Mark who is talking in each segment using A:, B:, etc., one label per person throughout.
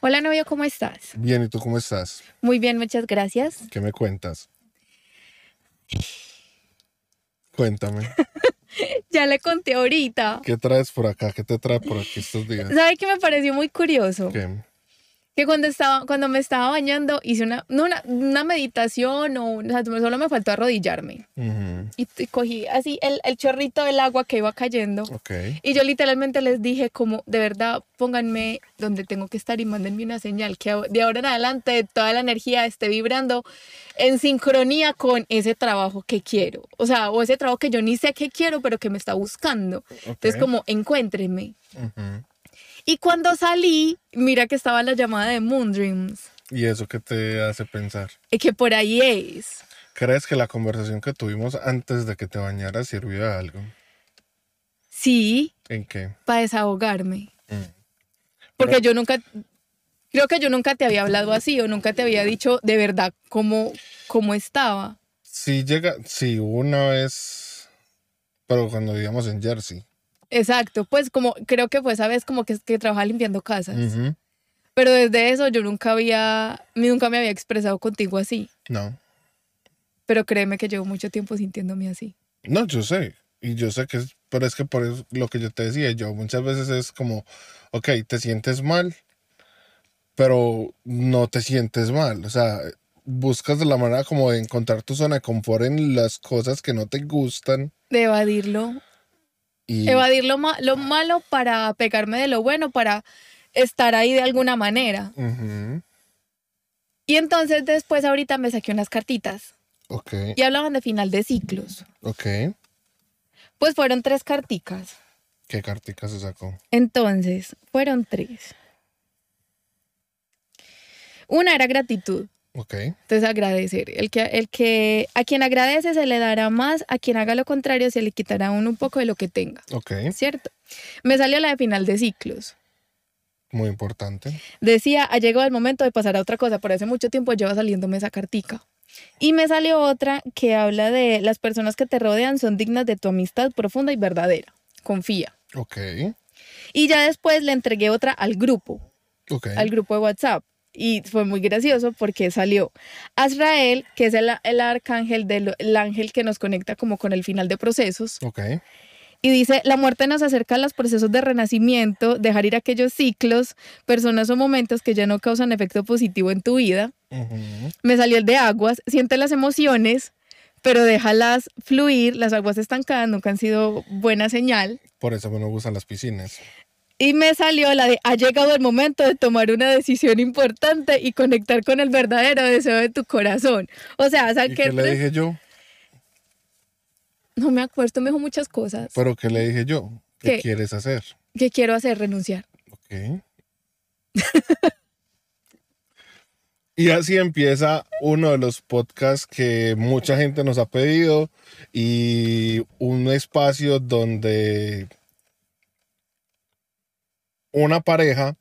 A: Hola, novio, ¿cómo estás?
B: Bien, ¿y tú cómo estás?
A: Muy bien, muchas gracias.
B: ¿Qué me cuentas? Cuéntame.
A: Ya le conté ahorita.
B: ¿Qué traes por acá? ¿Qué te trae por aquí estos días?
A: ¿Sabe qué me pareció muy curioso?
B: ¿Qué?
A: Que cuando, estaba, cuando me estaba bañando hice una, no una, una meditación o, un- o sea, solo me faltó arrodillarme.
B: Ujú,
A: Y, t- cogí así el, el chorrito del agua que iba cayendo.
B: Ok.
A: Y yo literalmente les dije como, de verdad, pónganme donde tengo que estar y mándenme una señal que a- de ahora en adelante toda la energía esté vibrando en sincronía con ese trabajo que quiero. O sea, o ese trabajo que yo ni sé que quiero, pero que me está buscando. Entonces,
B: Ok.
A: como, encuéntrenme.
B: ujú.
A: Y cuando salí, mira que estaba la llamada de Moon Dreams,
B: ¿Y eso qué te hace pensar?
A: eh, que por ahí es.
B: ¿Crees que la conversación que tuvimos antes de que te bañaras sirvió a algo?
A: Sí,
B: ¿En qué?
A: para desahogarme.
B: Mm.
A: Porque yo nunca, creo que yo nunca te había hablado así o nunca te había dicho de verdad cómo, cómo estaba.
B: Si llega, si una vez, pero cuando vivíamos en Jersey.
A: Exacto, pues como creo que fue esa vez como que, que trabajaba limpiando casas.
B: Ujú.
A: Pero desde eso yo nunca había, nunca me había expresado contigo así.
B: No.
A: Pero créeme que llevo mucho tiempo sintiéndome así.
B: No, yo sé. Y yo sé que es, pero es que por eso- lo que yo te decía, yo muchas veces es como, ok, te sientes mal, pero no te sientes mal. O sea, buscas la manera como de encontrar tu zona de confort en las cosas que no te gustan.
A: De evadirlo
B: Y
A: evadir lo, ma- lo malo para pegarme de lo bueno, para estar ahí de alguna manera.
B: Ujú.
A: Y entonces después ahorita me saqué unas cartitas
B: Ok,
A: y hablaban de final de ciclos.
B: ok.
A: Pues fueron tres carticas.
B: ¿Qué cartica se sacó?
A: Entonces, fueron tres. Una era gratitud,
B: Ok,
A: entonces agradecer. El que, el que a quien agradece se le dará más, a quien haga lo contrario se le quitará aún un poco de lo que tenga,
B: ok.
A: ¿cierto? Me salió la de final de ciclos.
B: Muy importante.
A: decía, ha llegado el momento de pasar a otra cosa, por hace mucho tiempo lleva saliéndome esa cartica. Y me salió otra que habla de las personas que te rodean son dignas de tu amistad profunda y verdadera. Confía.
B: Ok,
A: Y ya después le entregué otra al grupo,
B: ok.
A: al grupo de WhatsApp. Y fue muy gracioso porque salió Azrael, que es el, el arcángel, del, el ángel que nos conecta como con el final de procesos.
B: Ok,
A: Y dice, la muerte nos acerca a los procesos de renacimiento, dejar ir aquellos ciclos, personas o momentos que ya no causan efecto positivo en tu vida.
B: Ujú.
A: Me salió el de aguas, siente las emociones, pero déjalas fluir, las aguas estancadas nunca han sido buena señal.
B: Por eso me gustan las piscinas.
A: Y me salió la de, ha llegado el momento de tomar una decisión importante y conectar con el verdadero deseo de tu corazón. O sea,
B: ¿Y
A: saqué
B: qué le
A: tres-
B: dije yo?
A: No me acuerdo, me dijo muchas cosas.
B: ¿Pero qué le dije yo? ¿Qué,
A: ¿Qué?
B: quieres hacer?
A: ¿Qué quiero hacer? Renunciar.
B: Ok. y así empieza uno de los podcasts que mucha gente nos ha pedido y un espacio donde una pareja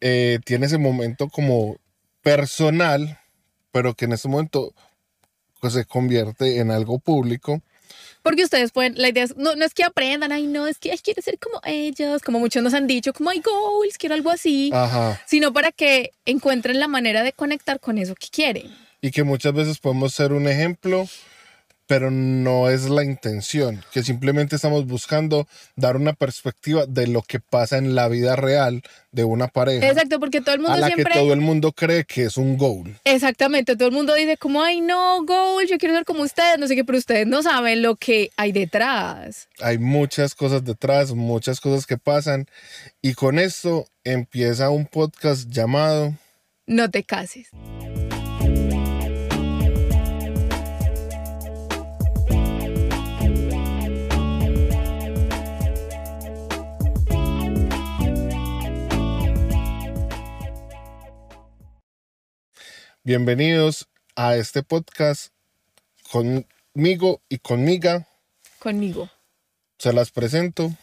B: eh, tiene ese momento como personal, pero que en ese momento pues, se convierte en algo público.
A: Porque ustedes pueden, la idea es, no, no es que aprendan, ay, no, es que ay, quiero ser como ellos, como muchos nos han dicho, como, ay, goals, quiero algo así,
B: Ajá.
A: sino para que encuentren la manera de conectar con eso que quieren.
B: y que muchas veces podemos ser un ejemplo, pero no es la intención, que simplemente estamos buscando dar una perspectiva de lo que pasa en la vida real de una pareja
A: Exacto, porque todo el
B: a
A: mundo
B: la
A: siempre...
B: que todo el mundo cree que es un goal.
A: Exactamente, todo el mundo dice como, ay no, goal, yo quiero ser como ustedes, no sé qué, pero ustedes no saben lo que hay detrás.
B: Hay muchas cosas detrás, muchas cosas que pasan y con esto empieza un podcast llamado
A: No te cases.
B: Bienvenidos a este podcast conmigo y conmigo.
A: Conmigo.
B: Se las presento ¿Cómo?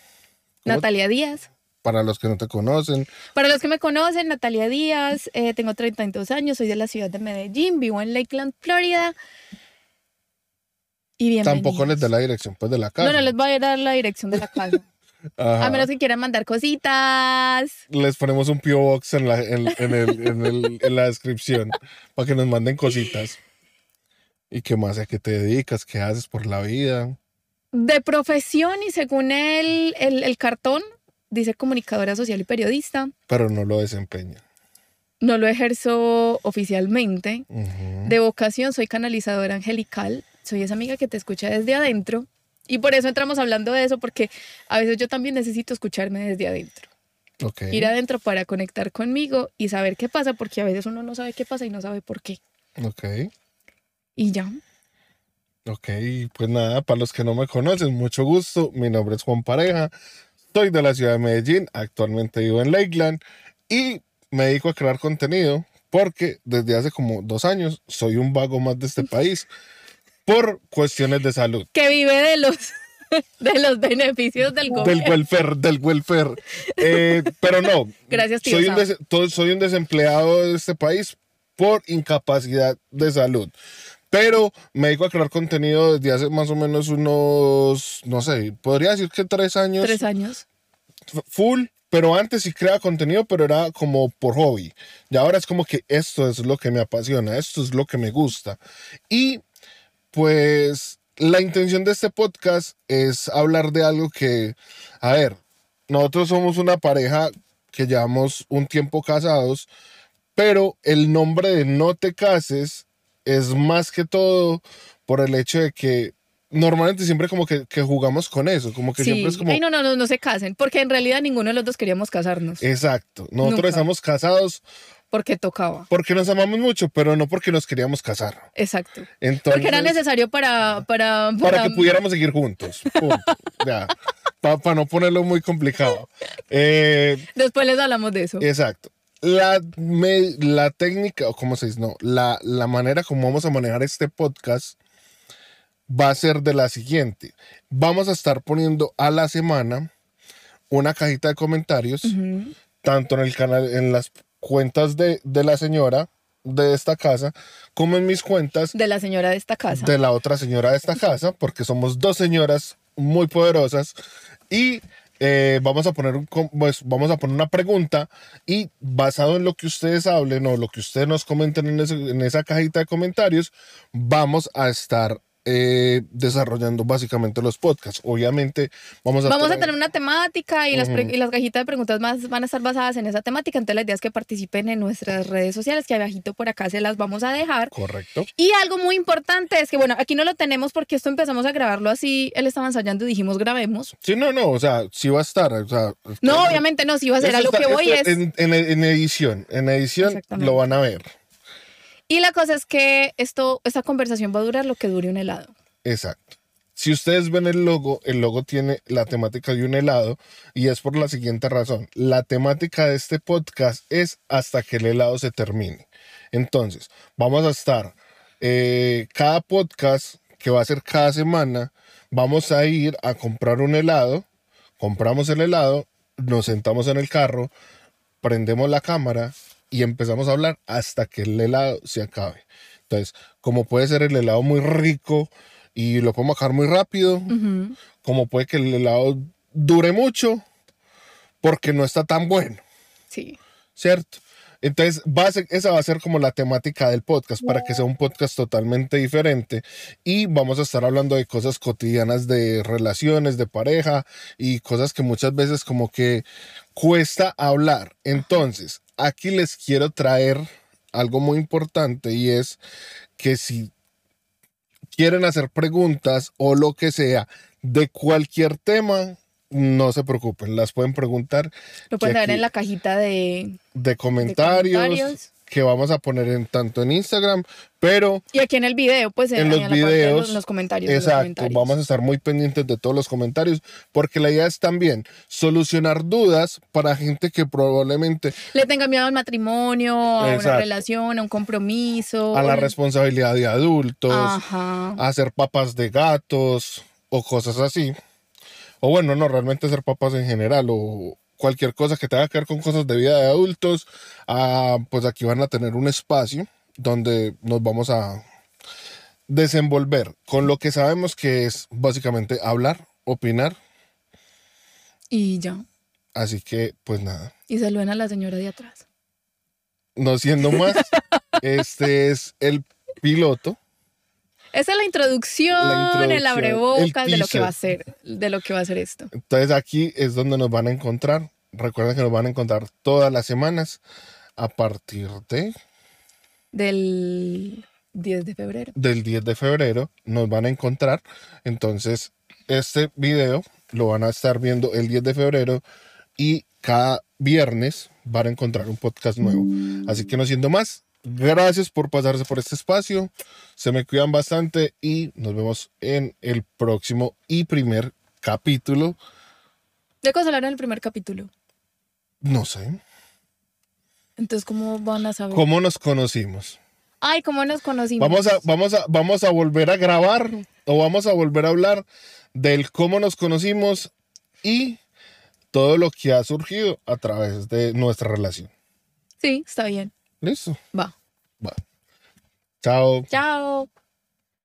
A: Natalia Díaz.
B: para los que no te conocen.
A: Para los que me conocen, Natalia Díaz, eh, tengo 32 años, soy de la ciudad de Medellín, vivo en Lakeland, Florida. Y bienvenidos.
B: Tampoco les da la dirección pues de la casa. Ah.
A: No, no les voy a dar la dirección de la casa.
B: Ajá.
A: A menos que quieran mandar cositas.
B: Les ponemos un P.O. Box en la, en, en el- en el- en la descripción para que nos manden cositas. ¿Y qué más? ¿A qué te dedicas? ¿Qué haces por la vida?
A: De profesión y según el, el, el cartón, dice comunicadora social y periodista.
B: Pero no lo desempeña.
A: No lo ejerzo oficialmente.
B: Ujú.
A: De vocación soy canalizadora angelical. Soy esa amiga que te escucha desde adentro. Y por eso entramos hablando de eso, porque a veces yo también necesito escucharme desde adentro.
B: Ok.
A: Ir adentro para conectar conmigo y saber qué pasa, porque a veces uno no sabe qué pasa y no sabe por qué.
B: Ok.
A: Y ya.
B: Ok, pues nada, para los que no me conocen, mucho gusto. Mi nombre es Juan Pareja, soy de la ciudad de Medellín, actualmente vivo en Lakeland y me dedico a crear contenido porque desde hace como dos años soy un vago más de este país por cuestiones de salud,
A: Que vive de los, de los beneficios del
B: del
A: gobierno.
B: welfare, del welfare. Eh, pero no,
A: Gracias, tío
B: soy un,
A: Sam.
B: des- to- soy un desempleado de este país por incapacidad de salud. Pero me dedico a crear contenido desde hace más o menos unos, no sé, podría decir que tres años
A: Tres años.
B: f- full, pero antes sí creaba contenido, pero era como por hobby. Y ahora es como que esto es lo que me apasiona, esto es lo que me gusta. Y pues la intención de este podcast es hablar de algo que, a ver, nosotros somos una pareja que llevamos un tiempo casados, pero el nombre de No te cases es más que todo por el hecho de que normalmente siempre como que, que jugamos con eso, como que
A: sí.
B: siempre es como...
A: Ay, no, no, no, no se casen, porque en realidad ninguno de los dos queríamos casarnos,
B: Eh. Exacto. Nosotros
A: Nunca.
B: estamos casados
A: porque tocaba.
B: porque nos amamos mucho, pero no porque nos queríamos casar.
A: Exacto.
B: Entonces,
A: Porque era necesario para, para,
B: para que pudiéramos seguir juntos. Para no ponerlo muy complicado. Eh,
A: Después les hablamos de eso.
B: exacto. La, me- la técnica, o cómo se dice, no, la, la manera como vamos a manejar este podcast va a ser de la siguiente. Vamos a estar poniendo a la semana una cajita de comentarios.
A: Ujú.
B: tanto en el canal, en las cuentas de, de la señora de esta casa, como en mis cuentas
A: De la señora de esta casa.
B: de la otra señora de esta casa, porque somos dos señoras muy poderosas y eh, vamos a poner un com- pues, vamos a poner una pregunta y basado en lo que ustedes hablen o lo que ustedes nos comenten en, ese- en esa cajita de comentarios, vamos a estar eh, desarrollando básicamente los podcasts. Obviamente vamos a
A: Vamos
B: estar-
A: a tener una temática y, las pre-
B: Ujú.
A: y las cajitas de preguntas más van a estar basadas en esa temática. Entonces la idea es que participen en nuestras redes sociales, que abajito por acá se las vamos a dejar.
B: correcto.
A: Y algo muy importante es que, bueno, aquí no lo tenemos porque esto empezamos a grabarlo así. Él estaba ensayando y dijimos grabemos.
B: Sí, no, no, o sea, sí va a estar, o sea,
A: No, obviamente no, si va a ser a lo
B: Eso
A: que
B: está-
A: voy
B: esto
A: es.
B: En, en- en edición, en edición
A: Exactamente.
B: lo van a ver.
A: Y la cosa es que esto, esta conversación va a durar lo que dure un helado.
B: Exacto. Si ustedes ven el logo, el logo tiene la temática de un helado y es por la siguiente razón. La temática de este podcast es hasta que el helado se termine. Entonces, vamos a estar eh, cada podcast que va a ser cada semana, vamos a ir a comprar un helado, compramos el helado, nos sentamos en el carro, prendemos la cámara y empezamos a hablar hasta que el helado se acabe. Entonces, como puede ser el helado muy rico y lo podemos acabar muy rápido,
A: Ujú.
B: como puede que el helado dure mucho porque no está tan bueno,
A: Sí.
B: ¿cierto? Entonces, va a ser- esa va a ser como la temática del podcast, para que sea un podcast totalmente diferente. Y vamos a estar hablando de cosas cotidianas, de relaciones, de pareja y cosas que muchas veces como que cuesta hablar. Entonces, aquí les quiero traer algo muy importante y es que si quieren hacer preguntas o lo que sea de cualquier tema, no se preocupen, las pueden preguntar
A: Lo pueden dejar
B: aquí-
A: en la cajita de.
B: de comentarios,
A: comentarios.
B: que vamos a poner en tanto en Instagram, pero
A: Y aquí en el video, pues
B: en los
A: la parte de
B: videos.
A: los, los comentarios. en los
B: Exacto,
A: comentarios.
B: vamos a estar muy pendientes de todos los comentarios, porque la idea es también solucionar dudas para gente que probablemente
A: Le tenga miedo al matrimonio, a una
B: Exacto.
A: relación, a un compromiso.
B: a la
A: un-
B: responsabilidad de adultos,
A: Ajá.
B: hacer papas de gatos o cosas así. O bueno, no, realmente hacer papas en general o cualquier cosa que tenga que ver con cosas de vida de adultos, ah, pues aquí van a tener un espacio donde nos vamos a desenvolver con lo que sabemos que es básicamente hablar, opinar
A: Y ya.
B: Así que, pues nada.
A: Y saluden a la señora de atrás.
B: No siendo más, este es el piloto.
A: Esa es la introducción, el
B: introducción,
A: abrebocas
B: el
A: de lo que
B: teaser.
A: va a ser, de lo que va a ser esto.
B: Entonces aquí es donde nos van a encontrar. Recuerden que nos van a encontrar todas las semanas a partir de
A: Del 10 de febrero.
B: del 10 de febrero. Nos van a encontrar. Entonces este video lo van a estar viendo el 10 de febrero y cada viernes van a encontrar un podcast nuevo. Así que no siendo más, gracias por pasarse por este espacio. Se me cuidan bastante y nos vemos en el próximo y primer capítulo.
A: De cosa hablaron en el primer capítulo.
B: No sé.
A: Entonces, ¿cómo van a saber?
B: ¿Cómo nos conocimos?
A: Ay, ¿cómo nos conocimos?
B: Vamos a, vamos, a, vamos a volver a grabar o vamos a volver a hablar del cómo nos conocimos y todo lo que ha surgido a través de nuestra relación.
A: Sí, está bien.
B: Listo.
A: Va.
B: Va. Chao.
A: Chao.